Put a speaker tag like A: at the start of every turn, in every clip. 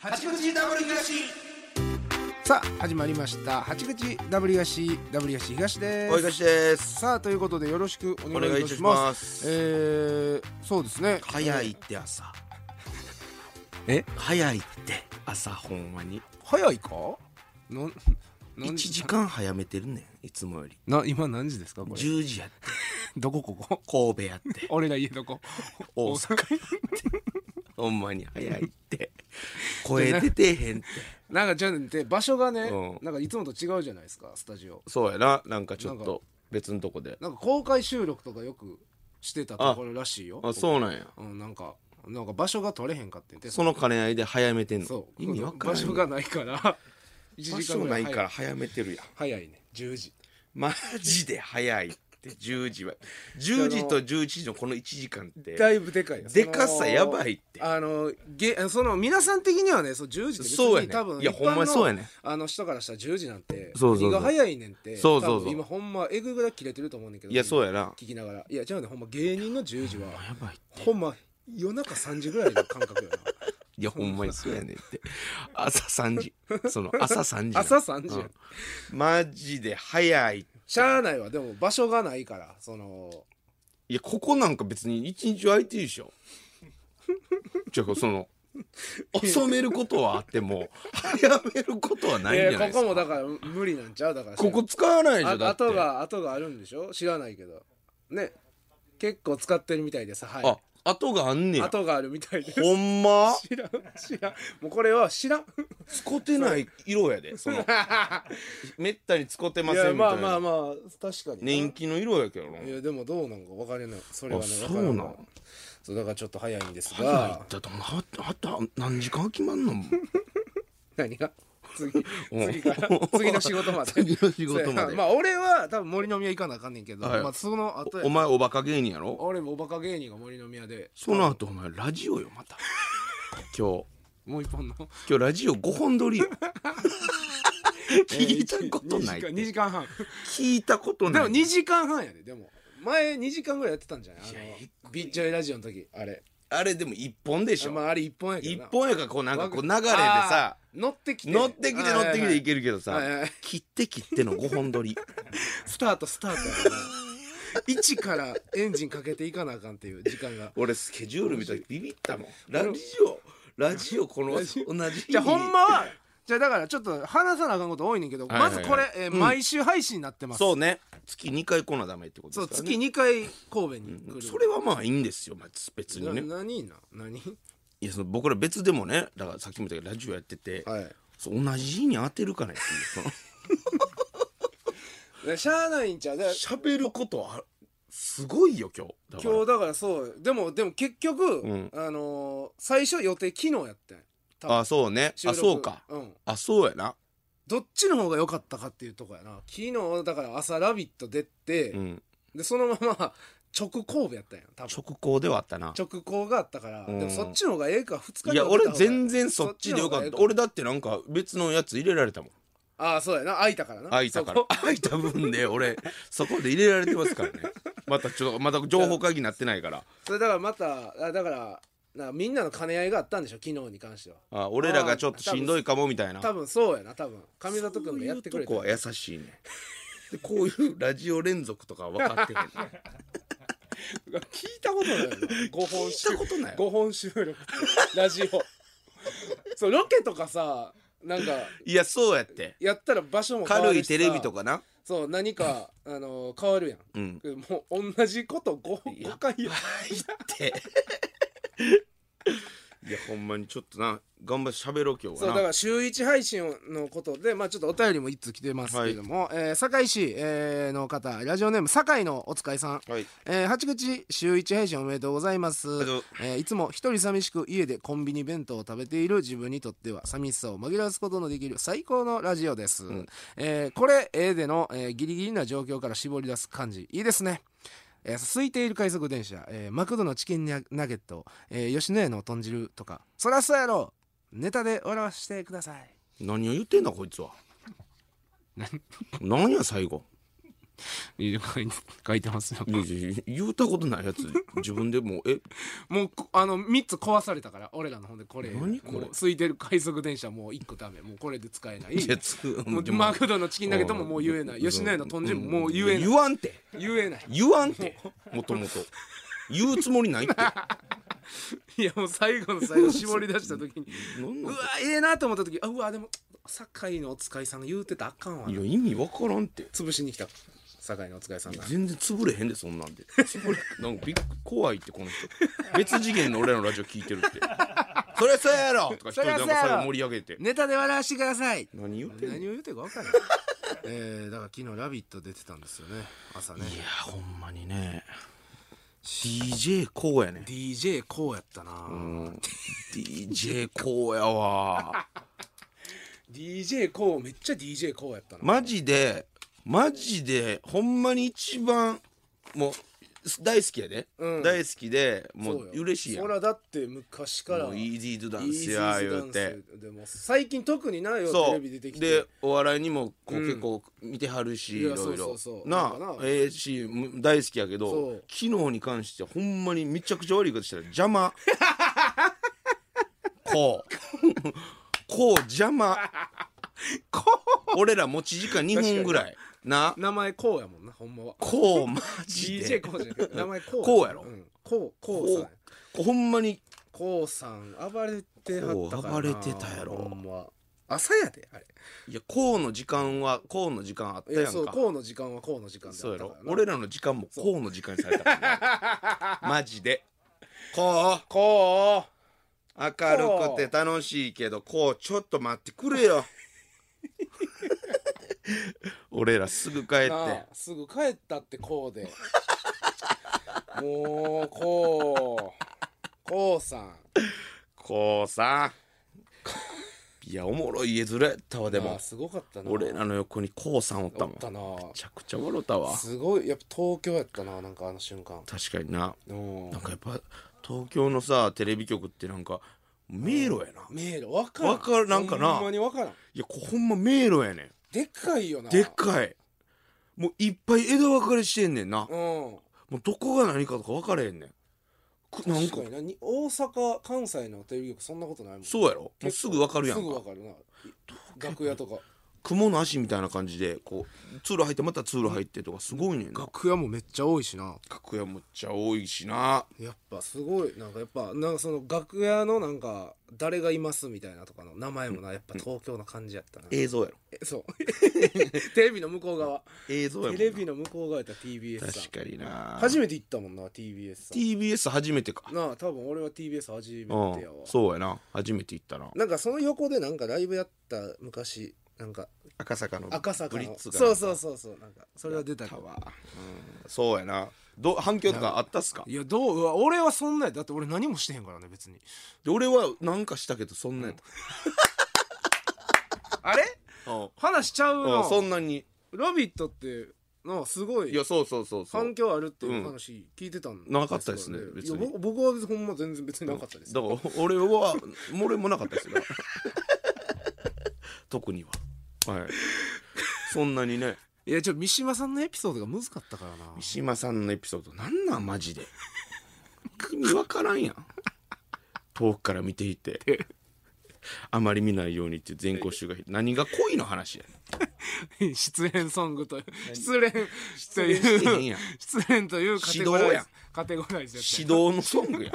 A: 八口ダブル東さあ始まりました八口ダブル東ダブル東東です
B: おいがしです。
A: さあということでよろしくお
B: お
A: 願
B: 願
A: いい
B: いい
A: た
B: た
A: し
B: し
A: ま
B: ますす
A: えー、そうですね
B: 早いって朝。
A: え
B: 早いって朝ほんまに。
A: 早いかのの
B: 1時間早めてるねんいつもより。
A: な今何時ですかこれ
B: 10時や って
A: どこここ
B: 神戸やって
A: 俺ら家ど こ
B: 大阪やってほんまに早い って声出てへんって
A: なんかじゃあね場所がね、
B: うん
A: なんかいつもと違うじゃないですかスタジオ
B: そうやななんかちょ
A: な
B: っ
A: んか
B: と別のとこで
A: なんか公開収録とかよくしてたところらしいよ
B: あそうなんや
A: うん、なんかなんか場所が取れへんかって言って
B: その兼ね合いで早めてんの
A: そう
B: 意味わからん
A: 場所がないから 一
B: 場
A: 時間
B: 所
A: ぐ
B: な
A: らい
B: いから早めてるやん
A: 早いね10時
B: マジで早いって10時は10時と11時のこの1時間って
A: だいぶでかいよ
B: でかさ
A: その
B: やばいって
A: あのげその皆さん的にはねそう10時って別に
B: そうやね
A: 多分
B: いや
A: 一般
B: ほんま
A: の
B: そうやね
A: あの人からしたら10時なんて
B: そうそうそう
A: 何が早いねんって
B: そうそうそう
A: 多分今ほんまえぐいぐらい切れてると思うねんだけど
B: いやそうやな
A: 聞きながらいや違うねほんま芸人の10時は
B: やばいって
A: ほんま夜中3時ぐらいの感覚よ
B: いやほんまにそうやねんって 朝3時 その朝3時
A: な朝3時や
B: うんマジで早い
A: しゃあないわでも場所がないからその
B: いやここなんか別に一日空いてるでしょ じゃあその遅めることはあっても早めることはないんじゃない
A: やこ
B: です
A: こ
B: か
A: もだから無理なんちゃうだから
B: ここ使わないでしょ
A: あ
B: だって
A: 後が後があるんでしょ知らないけどね結構使ってるみたいでさは
B: あ後があんね
A: い
B: や
A: 後があるみたいで
B: ほんま
A: 知らん知らんもうこれは知らん
B: 使ってない色やでそ のめったに使ってま
A: い
B: せん
A: や
B: みた
A: まあ
B: いな
A: まあまあ確かに
B: 人気の色やけどない
A: やでもどうなんか分かれないそれは
B: あ
A: ね
B: そ
A: 分か
B: う
A: れ
B: な
A: ない
B: ん
A: そうだからちょっと早いんです
B: 早いっ
A: が
B: てどんなはあと何時間決 まんの
A: 何が次
B: うん
A: 次 から次の仕事まで
B: 次の仕事ま
A: そうや
B: で、
A: まあ俺は多分森の宮行かなあかんねんけど、
B: はい
A: まあその後や
B: お前おバカ芸人やろ
A: 俺もおバカ芸人が森の宮で
B: その後お前ラジオよ また今日
A: もう一本の
B: 今日ラジオ5本撮りよ 聞いたことないっ
A: 2時
B: て
A: 間半
B: 聞いたこと
A: で
B: な
A: も
B: い
A: 2時間半やででも前2時間ぐらいやってたんじゃない
B: いや
A: あ
B: い
A: のビッチョイラジオの時あれ
B: あれでも1本でし
A: ま
B: ょ
A: ああれ1本やけど
B: 1
A: な
B: 本やからこうなんかこう流れで
A: あ
B: さ
A: ー乗ってきて
B: 乗ってきて乗ってきてい
A: き
B: けるけどさ
A: はいはいはい
B: 切って切っての5本撮り
A: スタートスタートやな一からエンジンかけていかなあかんっていう時間が
B: 俺スケジュール見た時ビビったもんラジオラジオこの同じ日に
A: じゃあほんまはじゃあだからちょっと話さなあかんこと多いねんけど、
B: はいはいはい
A: まずこれ、えー
B: うん
A: 毎週配信になってます
B: そうね月2回来なダメってこと
A: そ
B: で
A: う
B: すから
A: 月
B: ね
A: 2回神戸に来る、
B: それはまあいいんですよまあ別にね
A: な何な何
B: いやその僕ら別でもねだからさっきも言ったけどラジオやってて、
A: はい
B: そう同じ日に当てるかねっていうその
A: ねしゃあ ないんちゃうだから
B: 喋ることあすごいよ今日だから
A: 今日だからそうでもでも結局、
B: うん
A: あのー最初予定昨日やってん多分
B: あそうね
A: 収
B: あ
A: 録
B: そうか
A: うん
B: あそうやな
A: どっちの方が良かったかっていうとこやな昨日だから朝「ラビット!」出て、
B: うん
A: でそのまま 直神戸やったんや多分
B: 直行ではあったな
A: 直行があったから、
B: うん
A: でもそっちの方がええか2日
B: い
A: に
B: や
A: 分け
B: 俺
A: た方が
B: 全然そっちでよか
A: そっちの方
B: っ
A: がええ
B: た
A: と
B: 俺だってなんか別のやつ入れられたもん
A: ああそうやな空いたからな
B: 空いたから
A: そこ
B: 空いた分で俺そこで入れられてますからねまたちょっとまた情報会議になってないから
A: それだからまたあだからなみんなの兼ね合いがあったんでしょ昨日に関しては
B: あ俺らがちょっとしんどいかもみたいな
A: 多分そうやな多分上里君がやってくれた
B: そういうとこは優しいね でこういうラジオ連続とかは分かってへんね
A: 聞いたことないよ5本
B: 聞いたことない
A: 5本収録ラジオそうロケとかさなんか
B: いやそうやって
A: やったら場所も変わ
B: 軽
A: る
B: い
A: しさ
B: テレビとかな
A: そう何か、あの変わるやん
B: うん
A: もう同じこと 5,
B: や
A: 5回や
B: 入っていやほんまにちょっとな頑張って喋ろう今日
A: そう
B: は
A: だ
B: な
A: から週1配信のことで、まあ、ちょっとお便りも1通来てますけれども、えー堺市、えーの方ラジオネーム堺のお使いさん
B: はい
A: えー、八口週一配信おめでとうございます
B: りがとう、
A: えーいつも一人寂しく家でコンビニ弁当を食べている自分にとっては寂しさを紛らわすことのできる最高のラジオです、えーこれ A での、えーギリギリな状況から絞り出す感じいいですねえー空いている快速電車、えーマクドのチキンナナゲット、えー吉野家の豚汁とかそらそうやろネタで笑わしてください
B: 何を言ってんだこいつは何や最後
A: いや書いて書いてますよ
B: いやいやいや言うたことないやつ自分でもうえ
A: もうこあの3つ壊されたから俺らのほんでこれ
B: 何これ
A: もう空いてる快速電車もう1個ダメもうこれで使えない
B: いやつ
A: もう
B: でも
A: マクドのチキンナゲットももう言えない吉野家の豚汁ももう言えない
B: 言わんて
A: 言えない
B: 言わんてもともと言うつもり ないって
A: いやもう最後の最後絞り出した時に
B: なん
A: う
B: な
A: わ
B: ん
A: ええなと思った時あうわでも酒井のお使いさんが言うてたらあかんわ
B: いや意味わからんって
A: 潰しに来た酒井のお使いさんが
B: 全然潰れへんでそんなんで潰れなんかびっ怖いってこの人別次元の俺らのラジオ聞いてるってそれそうやろとか一人でなんか最後盛り上げて
A: ネタで笑わしてください
B: 何言ってんの
A: 何
B: い
A: を言うてるか分 からないえー、だから昨日「ラビット!」出てたんですよね朝ね
B: やほんまにね DJ こうやね
A: DJ こうやったな、
B: DJ こうやわ
A: DJ こうめっちゃ DJ こうやったな、
B: マジでマジでほんまに一番もう大好きやで、
A: うん
B: 大好きでも
A: そう
B: う嬉しいやん
A: そらだって昔から
B: もうイージードゥダンス
A: イ
B: や
A: ージー
B: 言
A: ダ
B: う
A: ンス
B: て
A: でも最近特になよテ
B: そ
A: レ
B: う
A: ビ出てきて
B: でお笑いにもこう
A: うん
B: 結構見てはるし、
A: い
B: い
A: や
B: ろい
A: そ
B: ろ
A: うそうそう
B: な
A: なん
B: あ
A: かな
B: ええしむ大好きやけ
A: そ
B: ど
A: う
B: 昨日に関してはほんまにめちゃくちゃ悪いことしたら 邪魔こうこう邪魔
A: こ
B: 俺ら持ち時間2分ぐらいな
A: う名前こうやもんなほんまは
B: こうマジ
A: DJ
B: で
A: こうじゃな くて名前こう
B: こうやろ
A: ん、こうこうさ
B: こ
A: ん
B: うほんまに
A: こうさん暴れてはったからな
B: こう暴れてたやろ
A: ほんま朝やであれ
B: いやこうの時間はこうの時間あった
A: いや
B: やん
A: そう
B: か
A: こうの時間はこうの時間で
B: そう
A: あっ
B: や
A: た
B: ろ
A: からな
B: 俺らの時間もこうの時間にされ たからなマジでこう
A: こう
B: 明るくて楽しいけどこうちょっと待ってくれ よ俺らすぐ帰って
A: なあすぐ帰ったってこうで もうこうこうさん
B: こうさいやおもろい家ずれったわで
A: なあ
B: も
A: すごかったな
B: 俺らの横にこうさんおった
A: おっ
B: もんめ
A: たな
B: ちゃくちゃ笑ったわ
A: すごいやっぱ東京やったななんかあの瞬間
B: 確かにな
A: うん
B: なんかやっぱ東京のさテレビ局ってなんか迷路やな、い
A: 迷路わからん
B: わからんなんかな
A: ほんまにわからん
B: やこほんま迷路やねん
A: でっかいよな
B: でっかいもういっぱい枝分かれしてんねんな、
A: うん
B: もうどこが何かとか分かれへんねんくなん
A: 確
B: か
A: かになに大阪関西のテレビ局そんなことないもん
B: そうやろもうすぐ分かるやん
A: すぐわ
B: か
A: かるな楽屋とか
B: 雲の足みたいな感じでこう通路入ってまた通路入ってとかすごいねんな
A: 楽屋もめっちゃ多いしな
B: 楽屋もっちゃ多いしな
A: やっぱすごいなんかやっぱなんかその楽屋のなんか誰がいますみたいなとかの名前もなやっぱ東京の感じやったな、
B: 映像やろ
A: えそう テレビの向こう側
B: 映像やもん
A: テ
B: な
A: レビの向こう側やったら TBS さん
B: 確かにな
A: 初めて行ったもんな TBS さん
B: TBS 初めてか
A: なあ多分俺は TBS 初め
B: う
A: てや
B: ん
A: わ
B: そうやな初めて行ったな
A: なんかその横でなんかライブやった昔なんか
B: 赤坂の
A: 赤坂
B: ブリ
A: の
B: ッツが
A: そうそうそうそうなんかそれは出たけ
B: た
A: ど
B: わ、うん、そうやなど反響とかあったっすか
A: いやどううわ俺はそんなやだって俺何もしてへんからね別に
B: で俺はなんかしたけどそんなんやっ
A: あれ
B: た、うん
A: 話しちゃう
B: うん
A: の
B: そんなに
A: 「ラビット!」ってのすご
B: い
A: い
B: やそうそうそうそう
A: 反響あるっていう話聞いてたん
B: なかったですね
A: から
B: 別に
A: いや僕僕はほんま全然別になかったです
B: だからお俺は漏れもなかったですよ 特にははいそんなにね
A: いやちょっと三島さんのエピソードが難かったからな
B: 三島さんのエピソードなんなんマジで意味わからんやん遠くから見て いてあまり見ないようにっていう全校集が何が恋の話やね ん
A: 失恋ソングと失恋と
B: 恋してへん
A: いう
B: やん
A: 失恋というカテゴ
B: 指
A: ラ
B: 導
A: イ
B: やん
A: ズカテゴライズやった
B: 指導のソングやん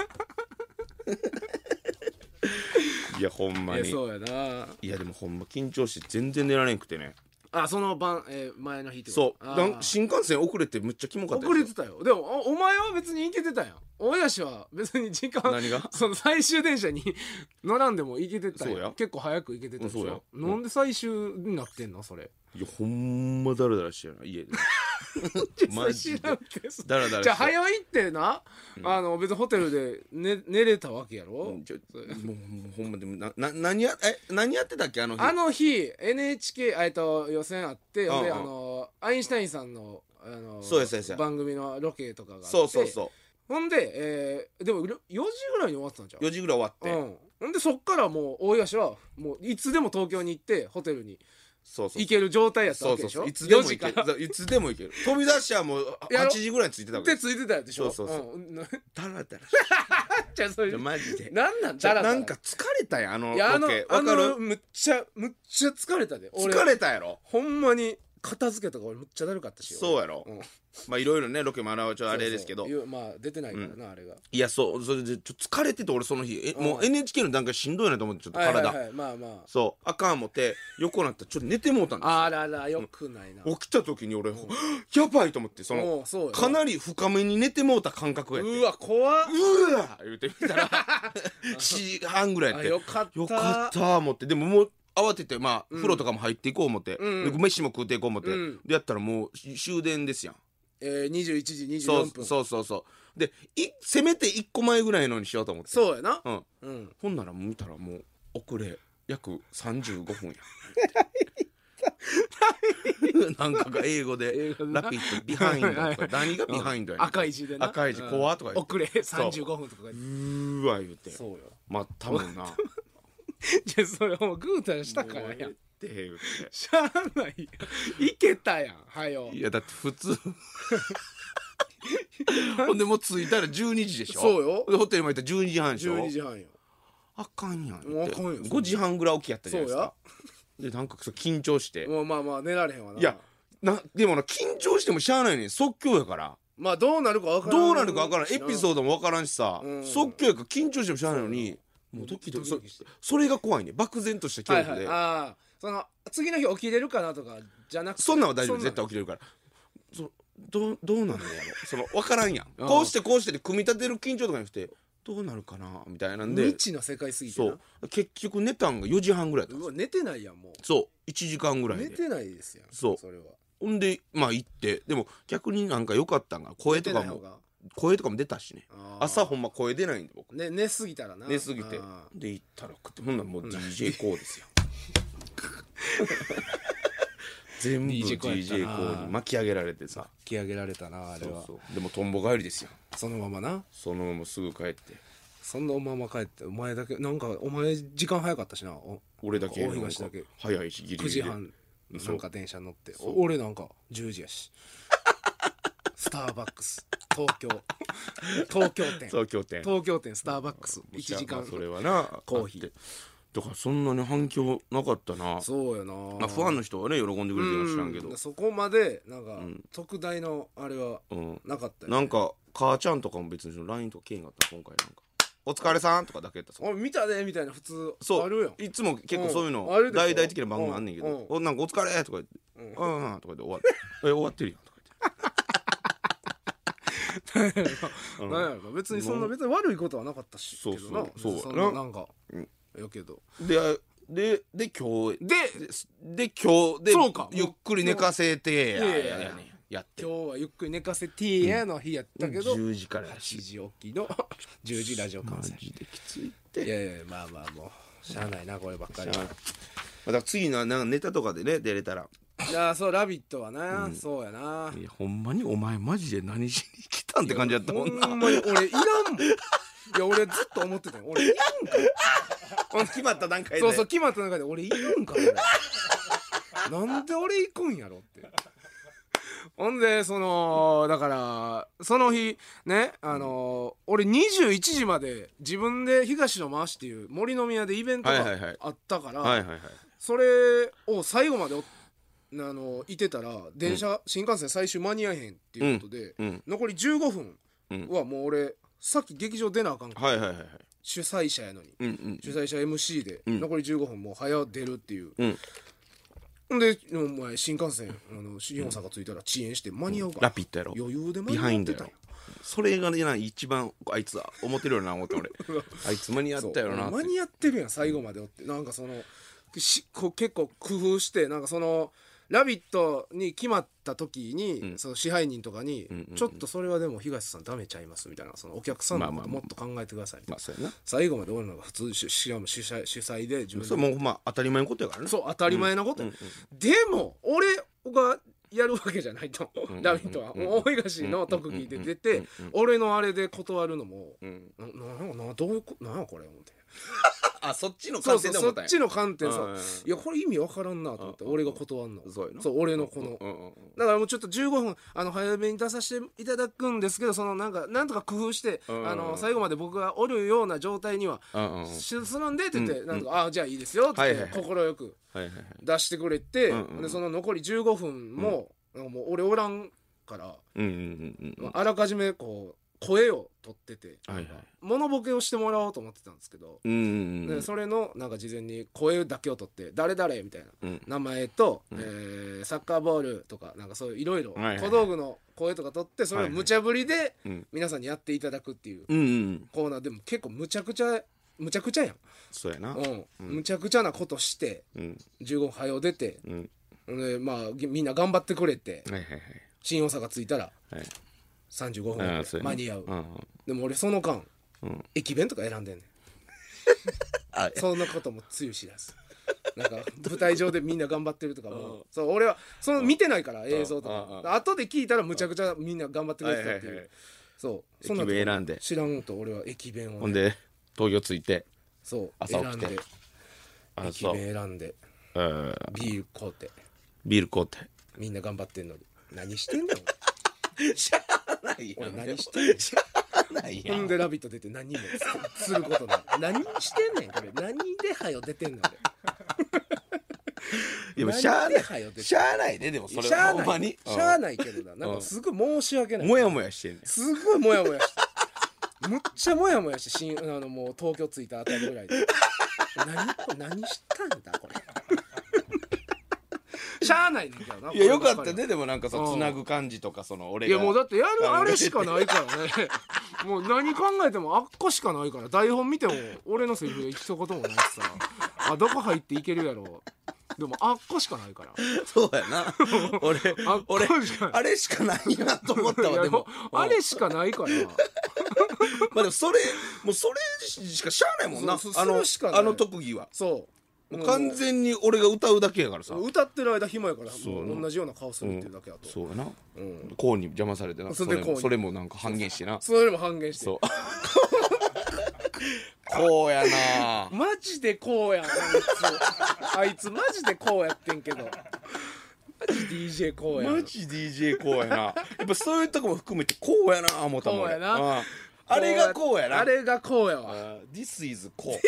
B: いやほんま
A: い
B: に
A: やそうやない
B: やでもほんま緊張して全然寝られんくてね
A: あその晩、えー前の日ってこ
B: そ
A: と
B: う
A: あ
B: なん
A: ー
B: 新幹線遅れてむっちゃキモかった
A: 遅
B: です
A: れ
B: よ
A: てたよでもおお前は別に行けてたやん親父は別に時間
B: 何が
A: その最終電車に乗らんでも行けてたやん
B: そうや
A: 結構早く行けてたでしょ
B: うんそうやうん
A: なんで最終になってんのそれ
B: いやほんまダラダラしてるな家で マジで
A: 知らんけど
B: ダラダラしてる
A: じゃあ早いってな、あの別にホテルで寝寝れたわけやろ、
B: うんちょもうもうほんまでもなな何やえ何やってたっけあの日
A: あの日 NHK えっと予選あって、
B: うんうん
A: であのアインシュタインさんのあの
B: そうやそうやそうや
A: 番組のロケとかがあって
B: そうそうそう
A: ほんで、えーでも4時ぐらいに終わってたんじゃん
B: 4時ぐらい終わって、
A: うん、ほんでそっからもう大東はもういつでも東京に行ってホテルに
B: そうそう
A: 行ける状態やった
B: そ
A: わ
B: う
A: け
B: そう
A: でしょ
B: そういつでも
A: 4
B: い
A: 時か
B: け
A: ら
B: るいつでもいける飛び出しはもうあ
A: やろ
B: 8時ぐらいについてたか
A: 手
B: ら
A: ついてたでしょ
B: そうそうそ
A: うん な
B: だらだら
A: じゃあそうい
B: じゃ
A: う
B: マジで
A: なんなん
B: じ
A: だ
B: ゃ
A: らだら
B: なんか疲れたやんあのロ
A: いやあの
B: ケ
A: あ
B: わか
A: の
B: る
A: むっちゃむっちゃ疲れたで俺
B: 疲れたやろ
A: ほんまに片付けとか俺むっちゃだるかったし
B: そうやろ
A: ん
B: まあいろいろねロケもあらわちょあ
A: あ
B: れですけど
A: まあ出てないからな、あれが
B: いやそうそれでちょっと疲れてて俺その日え
A: うん
B: もう NHK の段階しんどいなと思ってちょっと体、
A: はいはいはい、まあま
B: そうあかん思って横なったらちょっと寝てもうたんです
A: ああららよくないな、
B: 起きた時に俺、やばいと思ってその
A: おうそうよ
B: かなり深めに寝てもうた感覚やって
A: うわ怖っ
B: うわ言うてみた ら7時半ぐらいやっ
A: あ
B: て
A: よかった
B: よかった思ってでももう慌ててまあ、
A: うん
B: 風呂とかも入っていこう思って、
A: うん
B: で飯も食うていこう思って、
A: うん
B: でやったらもうし終電ですやん
A: えー、21時24
B: そう
A: 分
B: そうそうそうでいせめて1個前ぐらいのにしようと思って
A: そうやな
B: う、ん、
A: うん、
B: ほんならもう見たらもう遅れ約35分やなんかが英語で
A: 英語
B: 「
A: でな
B: ラピッドビハインド」とか何がビハインドやねん
A: 赤い字でな
B: 赤い字
A: うん
B: 怖っとか言って
A: 遅れ35分とかが
B: うーわ言うて
A: そう よ
B: まあ多分な
A: じゃあそれもうグータラしたからや
B: っ
A: ん
B: て言うて
A: しゃあないやんいけたやんはよ
B: いやだって普通 ほんでもう着いたら12時でしょ
A: そうよ
B: でホテルまで行ったら12時半でしょ
A: 12時半よ
B: あかんやん
A: もうあかんよ
B: 5時半ぐらい起きやったじゃないですかでなんかそう緊張して
A: もうまあまあ寝られへんわない
B: いやなでもな緊張してもしゃあないねん即興やから
A: まあどうなるかわからん
B: どうなるかわからんエピソ
A: ー
B: ードもわからんしさ、
A: うん
B: 即興やから緊張してもしゃあないのにもうドキドキ
A: ドキドキして
B: そそれが怖いね漠然とした恐
A: はい
B: 怖
A: は
B: で、
A: いああその次の日起きれるかなとかじゃなくて
B: そんなんは大丈夫
A: そんな
B: 絶
A: ん
B: 対起きれるからそどうど うなるのやろその分からんやん
A: うん
B: こうしてこうしてで組み立てる緊張とかなくてどうなるかなみたいなんで
A: 未知の世界すぎて
B: そ
A: な
B: う結局寝たんが4時半ぐらいだったん
A: う
B: です
A: わ寝てないやんもう
B: そう1時間ぐらい
A: 寝
B: で
A: てないですやん
B: そう
A: それは
B: ほんでまあ行ってでも逆になんか良かったんが声
A: 寝
B: と
A: て
B: か
A: ない方
B: も
A: が
B: 声とかも出たしね
A: あー
B: 朝ほんま声出ないんで僕
A: ね寝すぎたらな
B: 寝すぎて
A: あ
B: で行ったら食ってほんならもう d j こう ですよ全部
A: DJ こうやった
B: DJ
A: な
B: こうに巻き上げられてさ
A: ー引き上げられたなあれ
B: そう
A: は
B: そうでもとんぼ帰りですよ
A: そのままな
B: そのまますぐ帰って
A: そんなおまま帰ってお前だけなんかお前時間早かったしなお
B: 俺だけ
A: 大東だけ
B: なんか早いしギリ
A: 9
B: ギリ
A: 時
B: で
A: 半
B: そ
A: な
B: うん
A: か電車乗ってお俺なんか10時やし スターバックス東京東京店
B: そう京店
A: 東京店スターバックス1時
B: ま
A: 間
B: あそれはな
A: コーヒー
B: あってだからそんなに反響なかったな
A: そうやな
B: まあファンの人はね喜んでくれてるか知らんけど
A: うんそこまでなんか
B: ん
A: 特大のあれは
B: うん
A: なかったよ
B: なんか母ちゃんとかも別にその LINE とかけえへんかった今回なんか「お疲れさん」とかだけやった
A: おい見たでみたいな普通
B: そう
A: あるやん
B: いつも結構そういうの
A: うんあるでしょ
B: 大々的な番組あんねんけ
A: うん
B: ど「おなんかお疲れ」とか言って「うんうん」とか言って終わる「え終わってるやん」とか言って
A: なんやろな別にそんな別に悪いことはなかったし
B: そうそう
A: けどな
B: そうやなん
A: ななんかやけど
B: であでで今日
A: で
B: で今日で
A: そうか
B: ゆっくり寝かせてや
A: いやいや
B: や
A: いや
B: やねやって
A: 今日はゆっくり寝かせてーやの日やったけど
B: 10時からや
A: 8
B: し
A: 時起 きの10時ラジオ
B: マ
A: 関西
B: ジできついっ
A: い
B: て
A: やいやいやまあまあもうしゃあないなこればっかりは
B: また次のなんかネタとかでね出れたら
A: いやそう「ラビット!」はなそうやない
B: やほんまにお前マジで何しに来たんって感じだった
A: ほ
B: もんなん
A: まに俺いらんもんいや俺ずっと思ってたよ俺いらんか
B: 決まった段階で
A: そうそう決まった中で俺いるんかな俺なんで俺行くんやろってほんでそのだからその日ねあのー俺21時まで自分で東の回しっていう森の宮でイベント
B: はいはいは
A: が
B: い
A: あったから、
B: はいはいはい
A: それを最後までおあのいてたら電車、新幹線最終間に合えへんっていうことで、
B: うん
A: 残り15分
B: うん
A: はもう俺さっき劇場出なあかんから、
B: はいはいはいはい
A: 主催者やのに
B: うんうん
A: 主催者 MC で、
B: ん
A: 残り15分もう早出るっていう、
B: うん
A: ほんでお前新幹線あの四さが着いたら遅延して間に合うから、
B: ラピットやろ
A: 余裕で間
B: ビハ
A: に
B: イ
A: 合っ
B: ンド
A: てた
B: やろ
A: よ
B: それがねな一番あいつは思ってるよな思って 俺あいつ間に合ったよなって
A: 間に合ってるやん最後までおってなんかそのしこう結構工夫してなんかその「ラビット!」に決まった時に、その支配人とかに、ちょっとそれはでも東さんダメちゃいます」みたいなそのお客さんのこと
B: まあまあ
A: もっと考えてくださいみたいな、
B: まあそうやな
A: 最後まで俺のが普通ししかも主催主催で自分で
B: それもうまあ当たり前のことやからね
A: そう当たり前なこと、でも俺がやるわけじゃないと「ラビット!」は大東の特技で出て俺のあれで断るのも、
B: ん
A: なななどういうこなんやこれ思って
B: あそっちの
A: そ
B: 観
A: うそ
B: 点
A: う
B: で
A: そ
B: 思っ
A: った
B: んや
A: ちの観点そう
B: うんうんうん
A: いやこれ意味わからんなと思って
B: うんうん
A: 俺が断んの
B: そうやな
A: そう俺のこの
B: うんうんうん
A: だからもうちょっと15分あの早めに出させていただくんですけどそのなんかなんとか工夫して
B: うんうんうん
A: あの最後まで僕がおるような状態には
B: うんうんはい
A: するんでって言って
B: うん
A: なんとか「あじゃあいいですよ」って
B: はいはいはい
A: 快く
B: はいはい
A: 出してくれて
B: うんうん
A: でその残り15分もなんかもう俺おらんから
B: うんうんうんうん
A: あらかじめこう声を取ってて
B: はいはい
A: 物ボケをしてもらおうと思ってたんですけど
B: うんうんうん
A: でそれのなんか事前に声だけを取って「誰々」みたいな
B: うん
A: 名前と、えーサッカーボールとかなんかそういういろいろ
B: はいはいは
A: 小
B: い
A: 道具の声とか取ってそれを無茶ぶりで
B: うん
A: 皆さんにやっていただくっていう
B: うんうん
A: コーナーでも結構むちゃくちゃむちゃくちゃやん、
B: そうやな
A: うんむちゃくちゃなことして
B: うん
A: 15分早う出て、
B: うん
A: でまあぎみんな頑張ってくれて
B: はいはいはい
A: 新大阪着いたら
B: はい
A: 35
B: あ
A: 分
B: ー
A: で
B: そやな
A: 間に合う、
B: んん
A: でも俺その間、
B: うん
A: 駅弁とか選んでんねん
B: あ
A: そんなこともつゆ知らず。 なんか舞台上でみんな頑張ってるとか
B: う
A: も
B: ん
A: そう俺はその見てないから映像と
B: うんう
A: か
B: んうん
A: 後で聞いたらむちゃくちゃみんな頑張ってくれてたって
B: はい
A: い
B: はいは
A: う
B: い
A: そうそんなとこ
B: 駅弁選んで
A: 知らんと俺は駅弁
B: ほ
A: を
B: ん
A: ね
B: で東京着いて
A: そう
B: 朝
A: 選
B: 起き
A: ん
B: て
A: で
B: あ
A: 駅
B: そう
A: 弁選んで
B: うん
A: ビール買うて
B: ビール買うて
A: みんな頑張ってんのに何してんだよ
B: しゃあない や
A: 俺
B: ん
A: 何してんの
B: しゃあないや
A: ほ
B: ん
A: んで「ラビット!」出て何もすることない何してんねんこれ何ではよ出てんの俺
B: でもしゃあ
A: 何
B: な
A: で早よ出
B: い
A: て
B: しゃあないねでもそれ
A: しゃあ
B: はほん
A: な
B: ま
A: い
B: に
A: しゃあないけどななんかすごい申し訳
B: う
A: なんい
B: もやもやしてんねん
A: すごいモヤモヤして むっちゃモヤモヤして新あのもう東京着いたあたりぐらいで何これ何したんだこれ しゃあないねんけどない
B: いやよかったねでもなんかさ
A: うん
B: つなぐ感じとかその俺
A: い
B: が
A: やもうだってやる
B: あ
A: あれしかないからね もう何考えてもあっこしかないから台本見ても俺のセリフ一言もないしさあどこ入っていけるやろでもあっこしかないから
B: そうやな俺
A: あっこ
B: 俺
A: しかない
B: あれしかないなと思った
A: いや
B: わでも
A: うあれしかないから
B: うんまあでもそれもうそれしかしゃあないもんな
A: そうそう
B: あ
A: そ
B: の
A: れしかない
B: あの特技は
A: そう
B: もう完全に俺が歌うだけやからさ
A: 歌ってる間暇やから
B: そう
A: もう同じような顔するっていうだけだと、
B: そうやな
A: うん
B: こうに邪魔されてな
A: そ
B: そ
A: れ
B: れ
A: でこう
B: も
A: に
B: それもなんか半減してな
A: それよりも半減して
B: そうこうやな
A: マジでこうやんあいつあいつマジでこうやってんけどマジ DJ こうやん
B: マジ DJ こうやな やっぱそういうとこも含めてこうやな思ったもん
A: こうやな
B: 俺うんあれがこうやな
A: あれがこうやわ
B: あー This is こ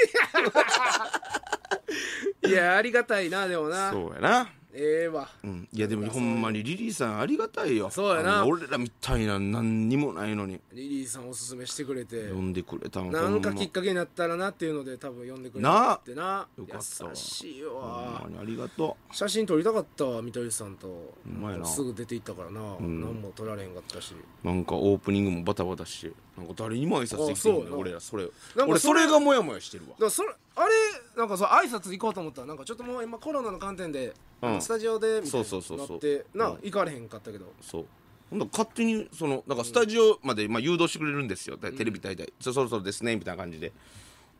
A: いやありがたいなでも
B: う
A: な
B: そうやな
A: ええわ
B: うん、いやでもほんまにリリーさんありがたいよ
A: そうやな
B: あん俺らみたいな何にもないのに
A: リリーさんおすすめしてくれて
B: 呼んでくれたも
A: なんかきっかけになったらなっていうので多分呼んでくれ
B: な
A: た
B: あ
A: ってな
B: よかったわ
A: 優しい
B: ほん
A: わ
B: まにありがと
A: 写真撮りたかったわ見取り図さんと
B: んまやな
A: すぐ出て行ったからな、
B: ん
A: 何も撮られへんかったし
B: うなんかオープニングもバタバタしてなんか誰にも挨拶できて
A: あそうや
B: ん
A: な
B: ね俺らそれ
A: なんか
B: 俺
A: そ
B: そ
A: れ
B: れがモヤモヤしてるわ
A: だからそれあれなんかそう挨拶行こうと思ったらなんかちょっともう今コロナの観点で、
B: うん
A: あのスタジオでみたいに
B: そうそうそうそう
A: なってな、
B: うん
A: 行かれへんかったけど
B: そうほんなら勝手にそのなんかスタジオまでまあ誘導してくれるんですよ、テレビ大体そそろそろですねみたいな感じで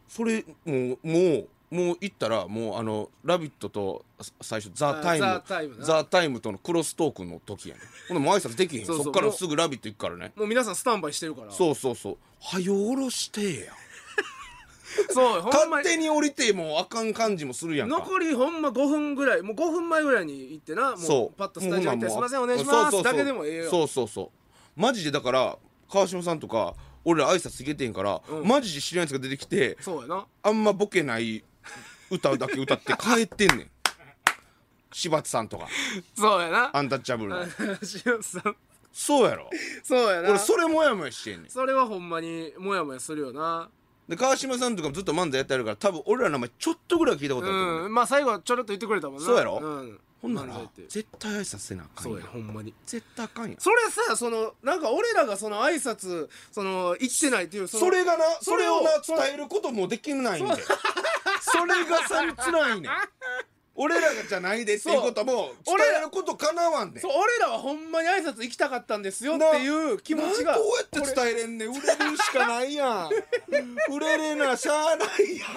B: それもうもうもう行ったらもうあの「ラビット!」とさ最初「ザ・タイム
A: あ」ザタイムな
B: ザタイムとのクロストークの時やねほんでもう挨拶できへんよ
A: そうそう
B: そっから
A: もう
B: すぐ「ラビット!」行くからね
A: もう皆さんスタンバイしてるからう
B: そうそうそう「はよ下ろしてや」
A: そうほんま
B: 勝
A: に
B: 手に降りてもうあかん感じもするやんか
A: 残りほんま5分ぐらいもう5分前ぐらいに行ってなも
B: そうう
A: パッとスタジオ行って「すい
B: もうほ
A: ま
B: な
A: せんお願いします」
B: そうそうそう
A: だけでもええよ
B: そうそうそうマジでだから川島さんとか俺ら挨拶いけてんから、
A: うん
B: マジで知らないやつが出てきて
A: そうやな
B: あんまボケない歌だけ歌って帰ってんねん柴田さんとか
A: そうやな
B: アンタッチャブルの
A: 塩さん
B: そうやろ
A: そうやな
B: 俺それもやもやしてんねん
A: それはほんまにモヤモヤするよな
B: で川島さんとかもずっと漫才やってあるから多分俺らの名前ちょっとぐらいは聞いたことあると思うねん、
A: うんまあ最後はちょろっと言ってくれたもんな
B: そうやろ
A: うん
B: ほんなら
A: 漫才って
B: 絶対挨拶せなあかん
A: そう
B: や
A: や
B: ん
A: ほんまに
B: 絶対あかんやん
A: それさそのなんか俺らがその挨拶その行ってないっていうそ
B: そ
A: の
B: れがなそれをな
A: それを
B: 伝えることもできないんでそれがさつらいねん俺らがじゃないでっていうことも
A: そ
B: 伝
A: う
B: えることかなわんで
A: そう俺らはほんまに挨拶行きたかったんですよっていう気持ちが
B: どうやって伝えれんねん売れるしかないやん売れれなしゃあないやん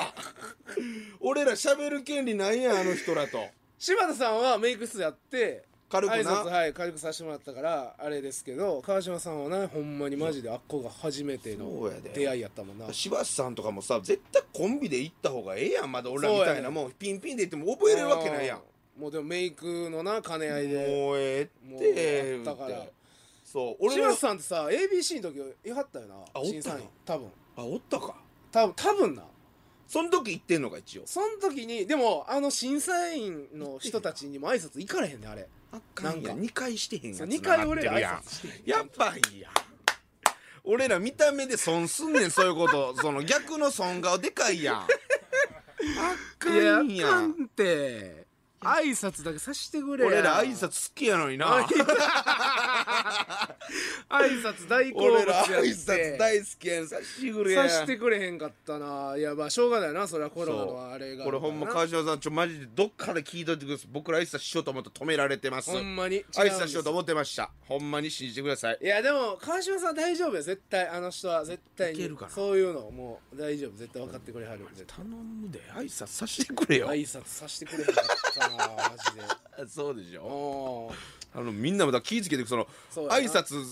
B: 俺ら喋る権利ないやんあの人らと
A: 柴田さんはメイク室やって
B: 軽く
A: 挨
B: な
A: 拶はい軽くさせてもらったからあれですけど川島さんはねほんまにマジであっこが初めて
B: そう
A: の
B: やで
A: 出会いやったもんな
B: 柴田さんとかもさ絶対コンビで行った方がええやんまだ俺らみた
A: そうや
B: い
A: ね
B: なもんピンピンで行っても覚えれるわけないやんも
A: んもうでもメイクのな兼ね合
B: う
A: いで
B: ええ
A: も
B: っ
A: う
B: て
A: やったから
B: ってそう
A: 柴
B: 俺
A: 田
B: も
A: さんってさ ABC の時いはったよな
B: おったの
A: 審査員多分
B: あおったか
A: 多分多分な
B: その時行ってんのが一応
A: その時にでもあの審査員の人たちにも挨拶行かれへんねんあれ
B: あかんや
A: なんんか
B: 2回してへんやつ
A: そう2回俺ら
B: なってるや
A: 挨
B: ん
A: 拶してへん
B: やっぱいいやん俺ら見た目で損すんねんそういうこと その逆の損顔でかいやんあかん
A: い
B: や
A: やあか
B: ん
A: んって挨拶だけさしてくれや
B: 俺ら挨拶好きやのにな
A: 挨拶大好物や
B: 俺
A: って
B: ら挨拶大好きやんさしぐれや
A: さ
B: ん
A: してくれへんかったないやまあしょうがないなそれはコロナ
B: そう
A: のあれが
B: これほんま川島さんちょマジでどっから聞いといてください僕ら挨拶しようと思ったら止められてます
A: ほんまに違うんです
B: 挨拶しようと思ってましたほんまに信じてください
A: いやでも川島さん大丈夫よ絶対あの人は絶対
B: いけ
A: に
B: るかな
A: そういうのもう大丈夫絶対分かってくれはる絶対
B: 頼むで挨拶させてくれよ
A: 挨拶さしてくれへんかったなマジ で
B: そうでしょ
A: おー
B: あのみんなもだから気ぃつけてその
A: そうやな
B: 挨拶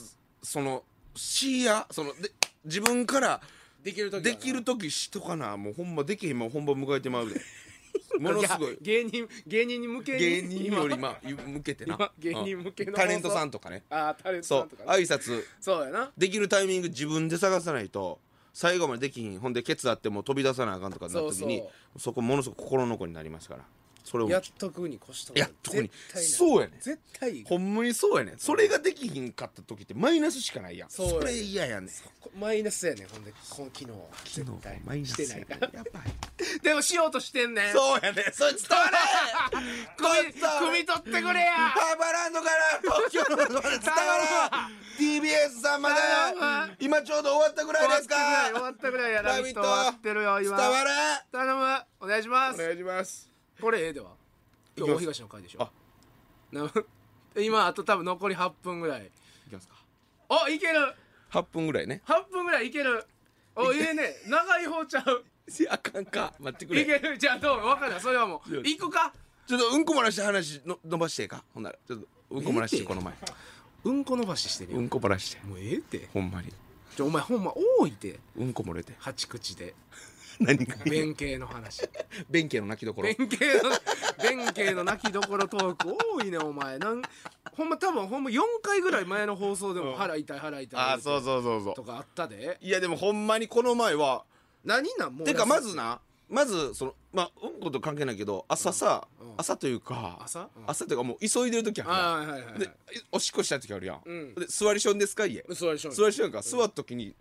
B: そのしやそので自分から
A: できる時はな
B: できる時しとかなもうほんまできへんもう本番迎えてま うでものすごい
A: や芸人芸人に向けに
B: 芸人より
A: 今
B: まあ向けて
A: 今
B: な
A: 芸人向けの
B: うんタレントさんとかね
A: あータレント
B: そ
A: さん
B: う
A: とかね
B: 挨拶
A: そうやな
B: できるタイミング自分で探さないと最後までできひんほんでケツあってもう飛び出さなあかんとかなった時に
A: そう
B: そこものすごく心の子になりますからそれを
A: やっとくに越したこと
B: やっとくに
A: 絶対ない
B: そうやねん
A: 絶対いい
B: ほんまにそうやねんそれができひんかった時ってマイナスしかないやん
A: そうやねん
B: それ嫌やねん
A: こマイナスやねんほんでこの機能は
B: 昨
A: 絶
B: 日
A: 対
B: マイナス
A: してないから
B: やばい
A: でもしようとしてんねん
B: そうやねそいつ伝わら
A: 組
B: こいつは
A: 組み取ってくれや
B: ハーバーランドから東京のところで伝わらん TBS さんまで
A: 頼むわ
B: 今ちょうど終わったぐらいですか
A: 終わったぐらいやラ
B: ラ
A: ビ
B: ビ
A: ッ
B: ッ
A: ト
B: ト
A: 終わってるよ
B: 伝
A: 今
B: わらん
A: 頼むお願いします
B: 願いします
A: これええでは
B: きま
A: 今日大
B: す
A: 東の回でしょ
B: あ
A: な 今あと多分残り8分ぐらい
B: いきますか
A: おいける
B: 8分ぐらいね
A: 8分ぐらいいけるおいえね長い方ちゃう
B: あかんか待ってく
A: い
B: れ
A: けるじゃあどう分かんないそれはもう
B: いや
A: 行くか
B: ちょっとうんこ漏らして話の伸ばしてええかほんならちょっとうんこ漏らし
A: え
B: て
A: えって
B: この前
A: うんこ伸ばししてる
B: う
A: よ
B: んこ漏らして
A: もうええって
B: ほんまに
A: ちょお前ほんま多いて
B: うんこ漏れて
A: 八口 で
B: 何が
A: 弁慶の話
B: 弁慶の泣きどころ
A: 弁慶の弁慶の泣きどころトーク多いねお前なんほんま多分ほんま4回ぐらい前の放送でも腹痛い腹痛い
B: ああそうそうそうそう
A: とかあったで
B: いやでもほんまにこの前は
A: 何なんもう
B: てかまずなまずそのまあうんこと関係ないけど朝さ、
A: うん
B: 朝というか
A: 朝うん
B: 朝というかもう急いでる時あるやん
A: ああはいはいはい
B: でおしっこした時あるやん、
A: うん
B: で座りしょんですか家、
A: 座りしょ
B: 座りしょんやんか座った時に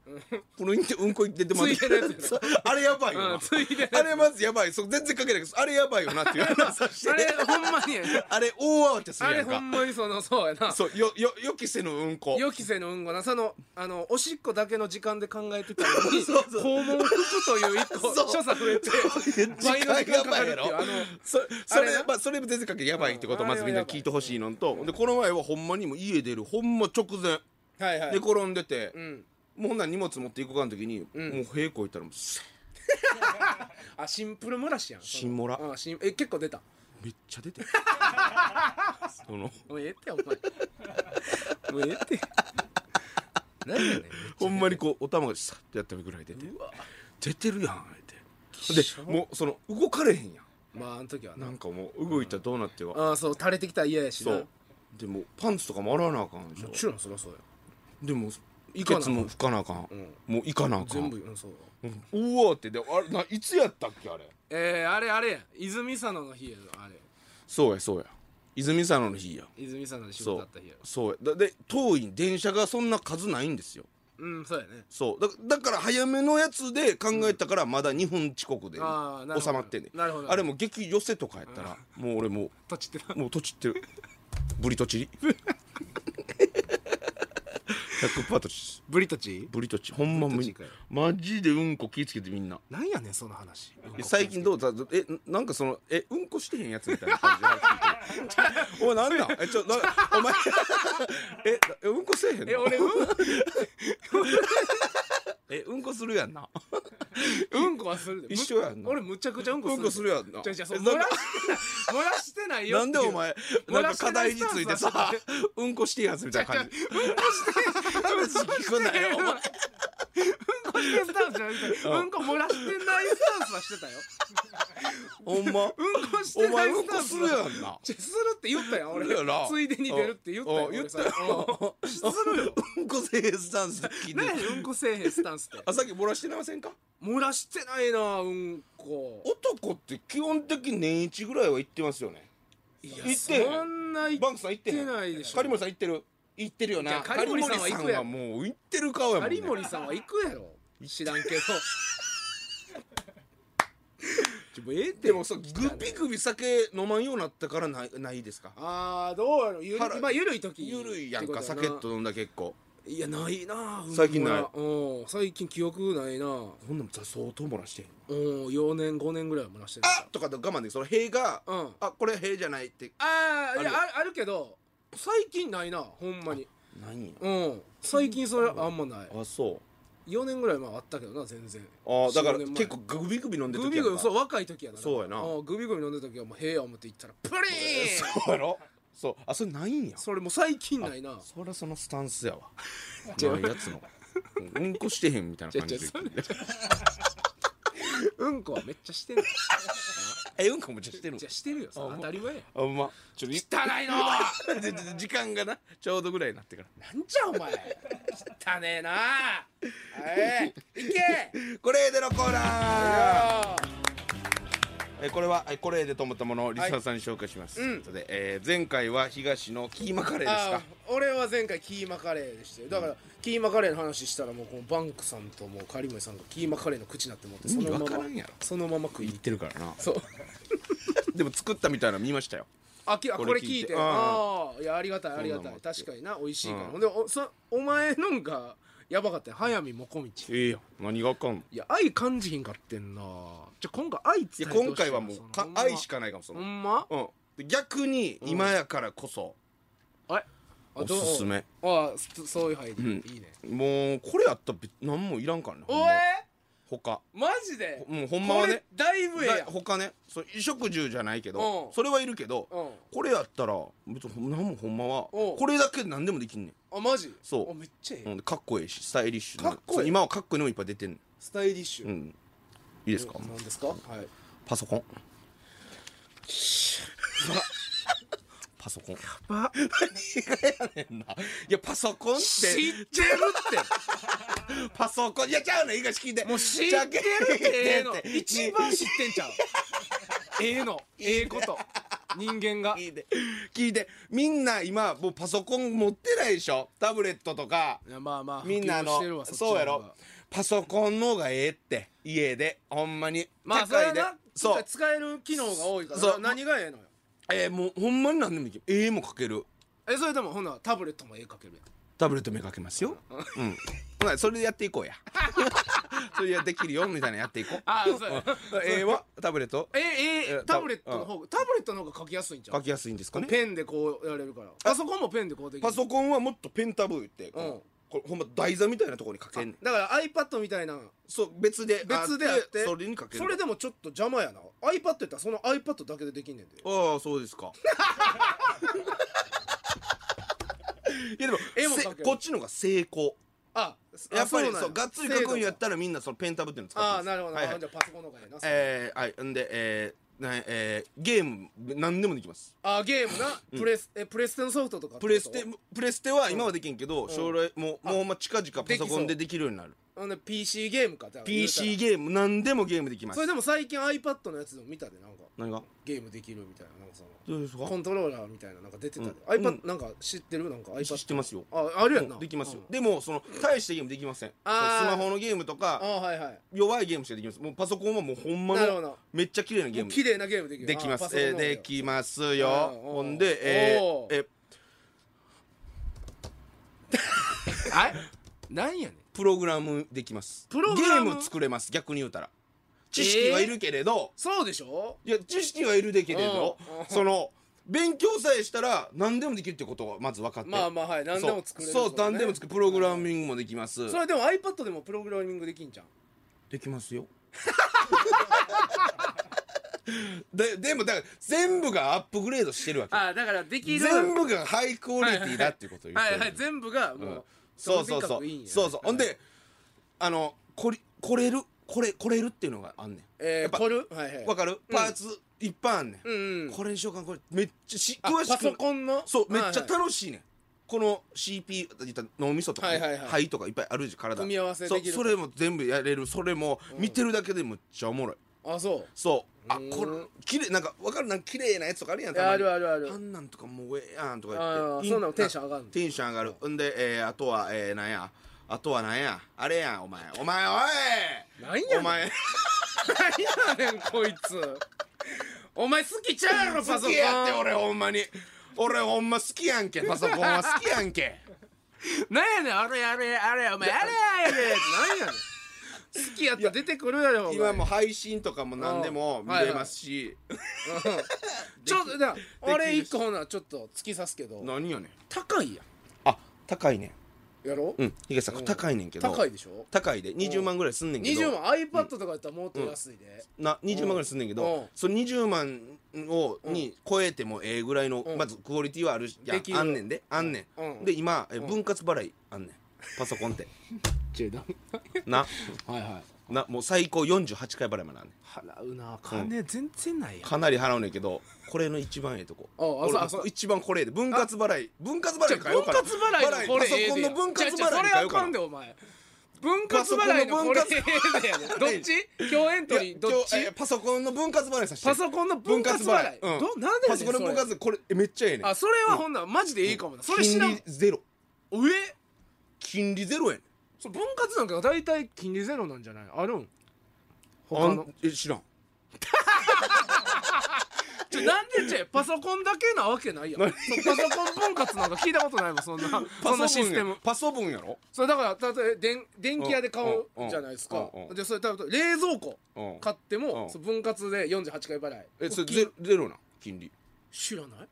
B: プルンってうんこ出てま
A: ついてるやつ
B: あれやばいよな、
A: うんついてるやつ
B: あれまずやばいそう全然関係ないけどあれやばいよな っていう話を して
A: あれほんまに
B: あれ大慌て す
A: あ
B: る
A: れ
B: やん
A: ほ
B: か
A: んまにそのそうやな
B: そうよよ予期せぬうんこ
A: 予期せぬうんごなそのあのおしっこだけの時間で考えてたのに
B: そうそう
A: 肛門拭くという一個
B: そ
A: 所
B: う
A: 作増えて倍の時間かかるっていうあの
B: そそ
A: あれ
B: れ
A: な
B: まあそれも全然かけやばいってこと
A: う
B: を
A: んあ
B: ま
A: れ
B: ず
A: は
B: みんなに聞いてほしいのとでこの前はほんまにもう家出るほんま直前
A: はいはい
B: で転んでて
A: うん
B: もうほんなら荷物持っていくかの時にもう平行行ったらもうス
A: あシンプル漏らしやん
B: シンモラ
A: うんシンえ結構出た
B: ッめっちゃ出て その
A: もうええってお 前もうええって何やねん
B: ほんまにこうお玉がサッてやったぐらい出て出てるやんって
A: しょ
B: でもうその動かれへんや
A: まああの時は
B: んな
A: なん
B: かもう動いたらどうなっては
A: ああそう垂れてきたら嫌やしなも
B: そうでもうパンツとかも洗わなあかんでしょ
A: ちろんそりゃそうや
B: でもいけつも拭かなあかんもう行かなあかん
A: 全部うんそう
B: うんうわーってであれないつやったっけあれ
A: えー、あれあれや泉佐野の日やぞあれ
B: そうやそうや泉佐野の日や
A: 泉佐野で仕
B: そ
A: 事あ
B: う
A: った日やろ
B: そうやだで遠い電車がそんな数ないんですよ
A: うんそうやね
B: そうだだから早めのやつで考えたからまだ2分遅刻で
A: あーなるほど
B: 収まってんねん
A: なるほど
B: あれもう激寄せとかやったらもう俺も
A: とちってな
B: うもうとちってるブリと ちり100%とち
A: ブリたち
B: ブリとちほんま無
A: ブリ
B: 理
A: とちかよ
B: マジでうんこ気ぃつけてみんな
A: なんやねんその話
B: え最近どうだえなんかそのえうんこしてへんやつみたいな感じで話聞いてる お前なんなんえちょなお 前ええうんこせえへんの
A: え俺うん
B: えうんこするやんな
A: うんこはするで
B: 一緒やんな
A: 俺むちゃくちゃうんこ
B: うんこする
A: や
B: やんな
A: じゃじゃ
B: え
A: 漏
B: なん
A: ら
B: か
A: してない漏らしてないよ
B: なんでお前なんか課題について
A: 漏ら
B: さ
A: して
B: うんこしてやつみたいな感じ
A: う んこ
B: 聞くなよお前
A: してスタンスじゃなくてうんこ漏らしてないスタンスはしてたよ
B: ほんま
A: うんこして
B: お
A: な
B: 前
A: い
B: うん
A: スタ
B: こ
A: ンス
B: するや
A: ん
B: んな
A: するって言ったやん俺
B: やな
A: ついでに出るって言ったやん
B: うん
A: 俺さ
B: 言ったよ
A: うんするよ
B: うんこせえスタンス聞いて
A: 何やねんうんこせえへんスタンスって
B: あさっき漏らしてませんか
A: 漏らしてないなうんこ
B: 男って基本的に年一ぐらいは行ってますよね
A: いや
B: 行ってへん
A: そんな行
B: バ
A: っ
B: ンクさん行ってへん
A: 行ってないでしょ
B: カリモリさん行ってる行ってるよ
A: いや
B: な
A: カリモリさんは行くやろ
B: カリモリさんはもう行ってる顔やもん、
A: 有
B: ね、
A: 森さんは行くやろ知らんけどちょもうええって
B: でもそうグビグビ酒飲まんようになったからないないですか
A: ああどうやろゆる
B: 腹
A: まあゆるい時
B: ゆるいやん
A: っ
B: か
A: てこと
B: 酒
A: や
B: っ
A: な
B: と飲んだ結構
A: いやないなうん
B: 最近ない
A: これうん最近記憶ないなうん
B: ほんでも相当漏らしてん
A: 4年5年ぐらいは漏らしてる
B: あとかで我慢できるその塀が、
A: うん
B: あこれ塀じゃないって
A: ああいや
B: あるよ
A: あるあるけど最近ないなほんまに
B: 何や
A: うん最近それあんまない
B: あそう
A: 4年ぐらい前はあったけどな全然
B: あだか
A: 4
B: ら
A: 年前
B: 結構グビグビ飲んでる
A: グ
B: 時
A: ビ
B: やん
A: グビ
B: か
A: そう若い時やな
B: そうやなん
A: グビグビ飲んでた時はもう部屋思って行ったらプリーン
B: そうやろそうあそれないんや
A: それもう最近ないな
B: そりゃそのスタンスやわ
A: 違う
B: ないやつのうんこしてへんみたいな感じで
A: 違う違うんこはめっちゃしてんの
B: えうんこもちゃしてる
A: じゃあしてるよ
B: あほん
A: 当
B: ま
A: たり前や
B: あんまちょっと
A: 汚いの
B: でで時間がなちょうどぐらいになってから
A: なんじゃお前汚ねえなはいいけ
B: これでのコーナーえこれはえこれでと思ったものをリスナーさんに紹介します、
A: はいうん
B: ということで、えー前回は東のキーマカレーです
A: あ
B: か
A: 俺は前回キーマカレーでしたよだから、キーマカレーの話したらもうこのバンクさんともうカリムイさんがキーマカレーの口になってもってそ
B: 意味
A: のま
B: わ
A: ま
B: からんやろ
A: そのまま食い
B: 言ってるからな
A: そう
B: でも作ったみたいなの見ましたよ
A: あきあこ
B: こ
A: れ
B: れ
A: 聞
B: 聞
A: い
B: い
A: て
B: て
A: ああいやありがたいありが
B: そんな
A: たい
B: んもあって
A: 確かにな美味しいから、
B: うん
A: ほんでおそお前のんがやばかったよ早見もこみち
B: ええや何があかんの
A: いや愛感じひんかってんなじゃ今回愛
B: い
A: 伝
B: や
A: えてほしい
B: 今回はもうか愛しかないかもそ
A: ほ
B: の、
A: んま
B: うんで逆に今やからこそ、
A: あれあ
B: おすすめ
A: どうあそそういう配
B: う
A: 慮、
B: ん
A: いいね
B: もうこれやったら別何もいらんからねほん
A: お
B: ま
A: え
B: 他
A: マジで
B: ほもうほんまはね
A: これだいぶええやん
B: だ他ねそう衣食住じゃないけ
A: うん
B: どそれはいるけど
A: う
B: これやったら別にほん何もほんまは
A: うん
B: これだけで何でもできんねん
A: んあマジ
B: そう
A: あめっちゃええ、
B: うん、かっこいいしスタイリッシュな
A: かっこいい
B: そう今はかっこいいのもいっぱい出てんね
A: スタイリッシュ、
B: ん、うん、いいですか、
A: 何ですかはい
B: パ ソコンパソコン
A: ば
B: 変ないやパソコンっ
A: 知って
B: て
A: るっ
B: パソコンいやちゃうねん東聞いて
A: てもう 知ってるってええの
B: ちゃうねん
A: 一番知ってん ちゃうええのええこと人間が
B: 聞いて聞いてみんな今もうパソコン持ってないでしょタブレットとか
A: いやまあまあ
B: みんなあ
A: 普及してる
B: の
A: わっちの
B: そうや
A: 方
B: ろ
A: が
B: パソコンの方がええって家でほんまに
A: まあそ
B: 高
A: れ
B: いで
A: な
B: そう
A: 使える機能が多いから
B: そう
A: な何がええのよ
B: えーもうほんまに何でもいける絵も描ける
A: えそれでもほなタブレットも絵描けるやん
B: タブレット目かけますようんほなそれでやっていこうや それでできるよみたいなのやっていこう
A: あそうや
B: 絵はタブレット
A: えええ
B: え
A: タブレットの方がタブレットの方が描きやすいんちゃ
B: 描
A: う
B: きやすいんですかね
A: ペンでこうやれるからパソコンもペンでこうできる
B: パソコンはもっとペンタブーってこ
A: うん
B: うこれほんま台座みたいなところに描けんねん
A: だから iPad みたいな
B: そう別で
A: 別であって
B: それにかける
A: それでもちょっと邪魔やな iPad やったらその iPad だけでできんねんで
B: ああそうですかいやでも
A: 絵も
B: せ
A: 描ける
B: こっちの方が成功
A: あ
B: やっぱり
A: な
B: そ
A: ん
B: うがっつり描くんやったらみんなそのペンタブっていうの使ってます
A: ああなるほど、
B: はいはい
A: あじゃあパソコンの方がええな、
B: えー、はいんでえーなえーゲーム何でもできます
A: あゲームな、プレスえプレステのソフトとかってこと
B: プレステプレステは今はできんけど、将来もうもうほんま近々パソコンでできるようになる
A: ほんで PC ゲームかだから言うたら
B: PC ゲーム何でもゲームできま
A: そ
B: す
A: れでも最近 iPad のやつでも見たでなんか
B: 何が
A: ゲームできるみたいななんかその
B: どうですか
A: コントローラーみたいななんか出てたで、
B: うん
A: iPad、なんか知ってるなんか iPad
B: 知ってますよ
A: ああるやんな、
B: うんできますよ、
A: うん
B: でもその大したゲームできませんそう
A: あー
B: スマホのゲームとか
A: あはいはい
B: 弱いゲームしかできますもうパソコンはもうほんま
A: なるほ
B: の
A: ど
B: めっちゃ綺麗なゲ
A: も
B: ー
A: う
B: ム
A: 綺麗なゲームできる
B: できま
A: あパ
B: す
A: ソコン
B: え
A: の方
B: ー
A: が
B: できますよ
A: あーおー
B: ほんでえ
A: お
B: ー
A: ー
B: えー
A: あれなんやねん
B: プログラムできます
A: プログラム
B: ゲーム作れます逆に言うたら知識はいるけれど、
A: そうでしょ
B: いや知識はいるでけれど
A: うん
B: その勉強さえしたら何でもできるってことがまず分かって
A: まあまあはい何でも作れる
B: そうそう
A: もん
B: 何
A: ね
B: でも作るプログラミングもできます
A: それでも iPad でもプログラミングできんじゃん
B: できますよ ででもだから全部がアップグレードしてるわけ
A: ああだからできる
B: 全部がハイクオリティだっていうことを言っ
A: は
B: て
A: い
B: る
A: はい全部がもう、
B: そうそうそ
A: とにか
B: う
A: くいいんや
B: そうそうほんであのこりこれるこれこれるっていうのがあんねん
A: え
B: や
A: ー、
B: っぱ
A: コルはいはい
B: わかる
A: うん
B: パーツいっぱいあんねん
A: うんうん
B: これにしようかなこれめっちゃし
A: あ
B: 詳し
A: パ
B: く
A: ソコンの
B: そうめっちゃ
A: はいはい
B: 楽しいねんこの CP 言ったら脳みそとかね
A: はいはいはい
B: 肺とかいっぱいあるじゃん体
A: 組み合わせできる
B: そうそれも全部やれるそれも見てるだけでむっちゃおもろい
A: あそう
B: そうあ
A: うん
B: これ綺麗なんかわかるなんか綺麗なやつとかあるやんたまに
A: あるあるある
B: あんなんとかもうええやんとか言
A: あ
B: っ
A: ー
B: て
A: そんなのテンション上がるの
B: テンション上がるんで、えー、あとは、えー、なんやあとはなんやあれやんお前お前おい
A: なんやねん
B: お 前
A: 何やねんこいつお前好きちゃうやろパソコ
B: 好
A: ン
B: きやって俺ほんまに俺ほんま好きやんけパソコンは好きや んけ
A: なんやねんあれあれあれお前あれあれなんやねん好きやったら出てくるやろお前
B: 今も配信とかも何でも見れますし、
A: ちょっとな俺一個ほなちょっと突き刺すけど
B: 何やねん
A: 高いや
B: あ高いね
A: んやろ
B: んうんヒゲさんこれ高いねんけど
A: 高いでしょ
B: 高いで20万ぐらいすんねんけど
A: 20万 iPad とかやったらもっと安いで、
B: な20万ぐらいすんねんけ
A: う
B: ど
A: ん
B: その20万をに超えてもええぐらいの
A: ん
B: まずクオリティはあるや
A: でき
B: ん
A: る
B: あんねんであんね
A: うん
B: んで今え分割払いあんねんパソコンって
A: ちょいな
B: な
A: はいはい
B: なもう最高48回払いまであんねん
A: 払うな金全然ないやん、
B: かなり払うねんけどこれの一番ええとこ
A: ああ
B: 俺
A: そうあそう
B: 一番これやで分割払い分割払いかよ
A: 分
B: から
A: 割払いのこれ
B: パソコンの分割払い
A: じゃあじゃあそ
B: か
A: れ
B: よ
A: あかんでお前分割払いのこれええでやねんどっち今日エント
B: い
A: リ
B: や
A: ーどっ
B: 今日え
A: ち
B: ーパソコンの分割払いさせて
A: パソコンの分割払い
B: 分割
A: ど
B: うん
A: なんでやね
B: パソ
A: ん
B: コンの分
A: それ
B: 割これえめっちゃええねん
A: あそれはほんならマジでいいかもなそれ知らん
B: 金利ゼロ
A: 上
B: 金利ゼロやねん
A: そう分割なんか大体金利ゼロなんじゃないあるん
B: あ
A: 他の
B: んえ知らん
A: ちょなんでちゃうパソコンだけなわけないやんそうパソコン分割なんか聞いたことないもんそん なそんなシステム
B: パソ分やろ
A: それだから例えば電電気屋で買う
B: うんうん
A: じゃないですか
B: うんうん
A: でそれ例えば冷蔵庫
B: うん
A: 買って
B: う
A: も
B: ん
A: そう分割で48回払い
B: えそれ
A: き
B: ゼゼロな金利
A: 知らない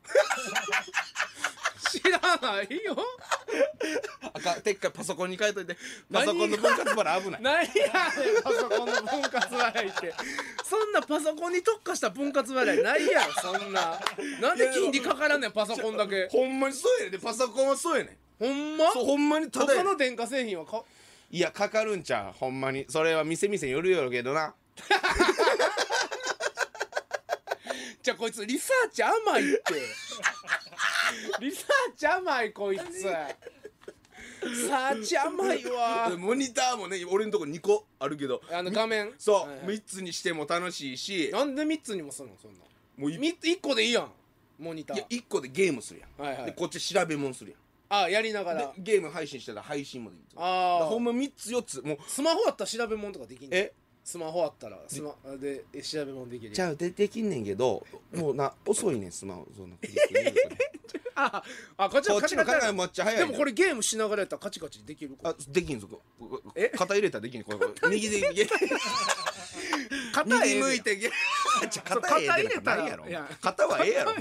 A: 知らないよ
B: 赤でっかいパソコンに書いといて
A: 何
B: パソコンの分割払い危ない
A: 何やねんパソコンの分割払いってそんなパソコンに特化した分割払いないやろそんななんで金利かからんねんパソコンだけ
B: ほんまにそうやねんでパソコンはそうやねん
A: ほんま
B: そうほんまにただ
A: 他
B: やねん
A: の電化製品はか
B: いやかかるんちゃうほんまにそれは店店によるやろうけどな
A: じゃあこいつリサーチ甘 いってリサーチ甘いこいつサーチ甘いわ
B: でモニターもね俺のとこ2個あるけど
A: あの画面
B: そう、
A: はいはい
B: 3つにしても楽しいし
A: なんで3つにもするのそんな
B: もうい
A: 3つ1個でいいやんモニタ
B: いや
A: ー
B: 1個でゲームするやん、
A: はいはい
B: でこっち調べ物する
A: あやりなが
B: やん
A: ら
B: でゲーム配信したら配信もできる
A: あ
B: だ
A: ー
B: からほんま3つ4つもう
A: スマホあったら調べ物とかできんの
B: え
A: スマホあったらスマでえ調べ物できる
B: ちゃうでできんねんけどもうな遅いねんスマホそのクリック入 力ね
A: ああこっち
B: こ
A: の
B: っ
A: カ
B: ち
A: チ
B: の
A: カチ
B: 考えもっちゃ早い
A: で
B: ね
A: もこれゲームしながらやったらカチカチできるか
B: あできんぞこここ
A: え
B: 肩入れたらできんねんこれこれ右でゲ
A: 肩
B: 右
A: ええ
B: 向
A: ね
B: い
A: ん
B: てゲ ちょ
A: そう
B: 肩え
A: 肩
B: えでなんかないや
A: 入れ
B: ろ
A: たらいや
B: 肩はええやろ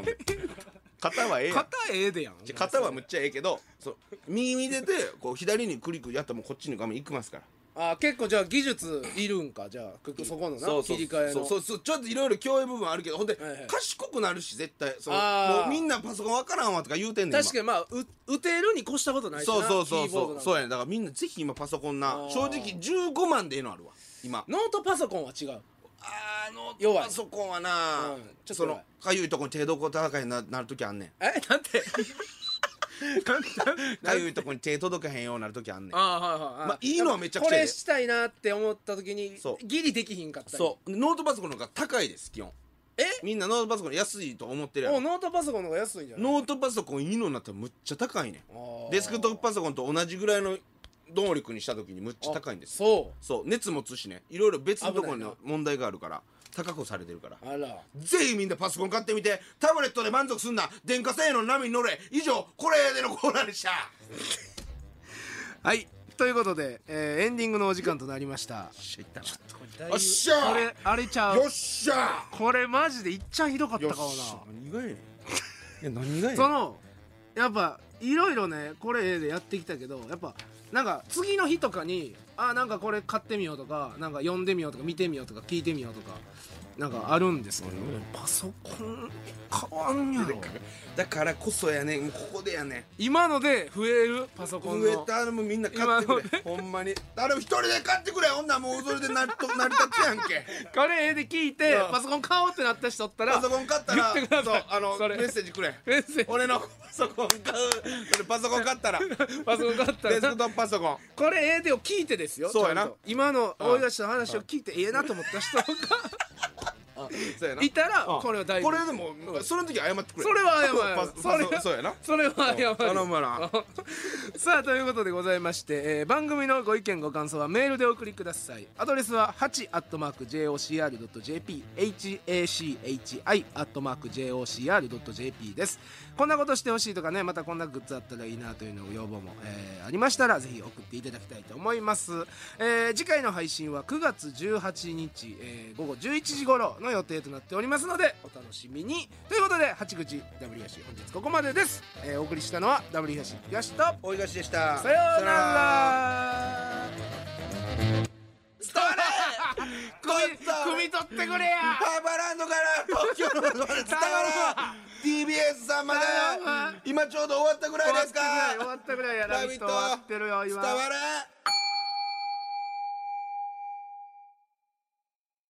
B: 肩はええやろ
A: 肩ええでやん
B: じゃあ肩はむっちゃええけどそう右に出てこう左にクリックやったらもうこっちの画面行きますから
A: あ結構じゃあ技術いるんかじゃあくそこのな
B: そうそう
A: 切り替え
B: そ
A: の
B: うそうそうちょっといろいろ共有部分あるけどほんで、
A: はいはい
B: 賢くなるし絶対その
A: あー
B: もうみんなパソコンわからんわとか言うてんねん
A: 確かにまあう打てるに越したことないしな
B: そうそうそう
A: キーボードな
B: そうん
A: か
B: そうやねだからみんなぜひ今パソコンな
A: あー
B: 正直15万でええのあるわ今
A: ノートパソコンは違う
B: あの
A: 弱い
B: パソコンはな、
A: うんちょっと
B: そ
A: 弱い
B: のかゆいとこに手どこ高いななるときあ んねん
A: えなんて
B: かゆいとこに手届けへんようになるときあんねん
A: ああはいはい、はい
B: まあいいのはめちゃくちゃ
A: こ
B: ええ
A: れしたいなって思った時に
B: そう
A: ギリできひんかったり
B: そうノートパソコンの方が高いです基本
A: え
B: みんなノートパソコン安いと思ってるや
A: もう
B: ろ
A: ノートパソコンの方が安いんじゃない
B: ノートパソコンいいのになったらむっちゃ高いね
A: あー
B: んデスクトップパソコンと同じぐらいの動力にしたときにむっちゃ高いんです
A: そ
B: そう熱持つしねいろいろ別のところ
A: 危ない
B: の
A: な
B: 問題があるから高くされてるから
A: うあら
B: ぜひみんなパソコン買ってみてタブレットで満足すんな電化製の波に乗れ以上これでのコーナーでした
A: はいということで、えーエンディングのお時間となりました
B: よっしゃ
A: これあれちゃう
B: よっしゃ
A: これマジでいっちゃひどかったかも
B: よっしゃ何がやねんや何がやね ん
A: そのやっぱいろいろねこれええでやってきたけどやっぱなんか次の日とかにあなんかこれ買ってみようとかなんか読んでみようとか見てみようとか聞いてみようとかなんかあるんですけど、
B: うん
A: パソコン変わんやろ
B: だからこそやねんここでやねん
A: 今ので増えるパソコン
B: 上
A: の
B: 頼むみんな買ってくれほんまに頼む一人で買ってくれほんならもうそれで成りと成り立つやんけ
A: これええで聞いて
B: うん
A: パソコン買おうってなった人おったら
B: パソコン買ったら
A: 言ってくだ
B: そ
A: さいう
B: あの
A: それ
B: メッセージくれ
A: メッセージ
B: 俺のパソコン買う俺パソコン買った らデ
A: パソコン買 った
B: ス
A: ら
B: クトップパソコン
A: これええでを聞いてですよ
B: そうやな
A: ちゃんと今の
B: うん
A: 大東の話を聞いてええなと思った人が
B: そうやない
A: たら
B: うん
A: これは大丈
B: こ
A: 夫
B: れでもその時謝ってくれ
A: それは
B: パ
A: 謝る
B: スパスそうやな
A: それは謝る
B: 頼むな
A: さあということでございまして、えー番組のご意見ご感想はメールでお送りくださいアドレスは 8-jocr.jp hachi-jocr.jp ですこんなことしてほしいとかねまたこんなグッズあったらいいなというのを要望も、えーありましたらぜひ送っていただきたいと思います、えー次回の配信は9月18日、えー午後11時頃の予定となっておりますのでお楽しみにということで八口 W 東本日ここまでです、えーお送りしたのは W 東東と
B: 大東でした
A: さようなら
B: それ こ
A: 組
B: いつは
A: み取ってくれや
B: ハーバーランドから東京の方まで伝わらん TBS さんまで
A: 頼む
B: 今ちょうど終わったぐらいですか
A: 終わったぐらい終わったぐらいや
B: ラ
A: ラ
B: ビ
A: ビ
B: ッ
A: ッ
B: ト
A: ト終わってるよ
B: 伝
A: 今
B: わらん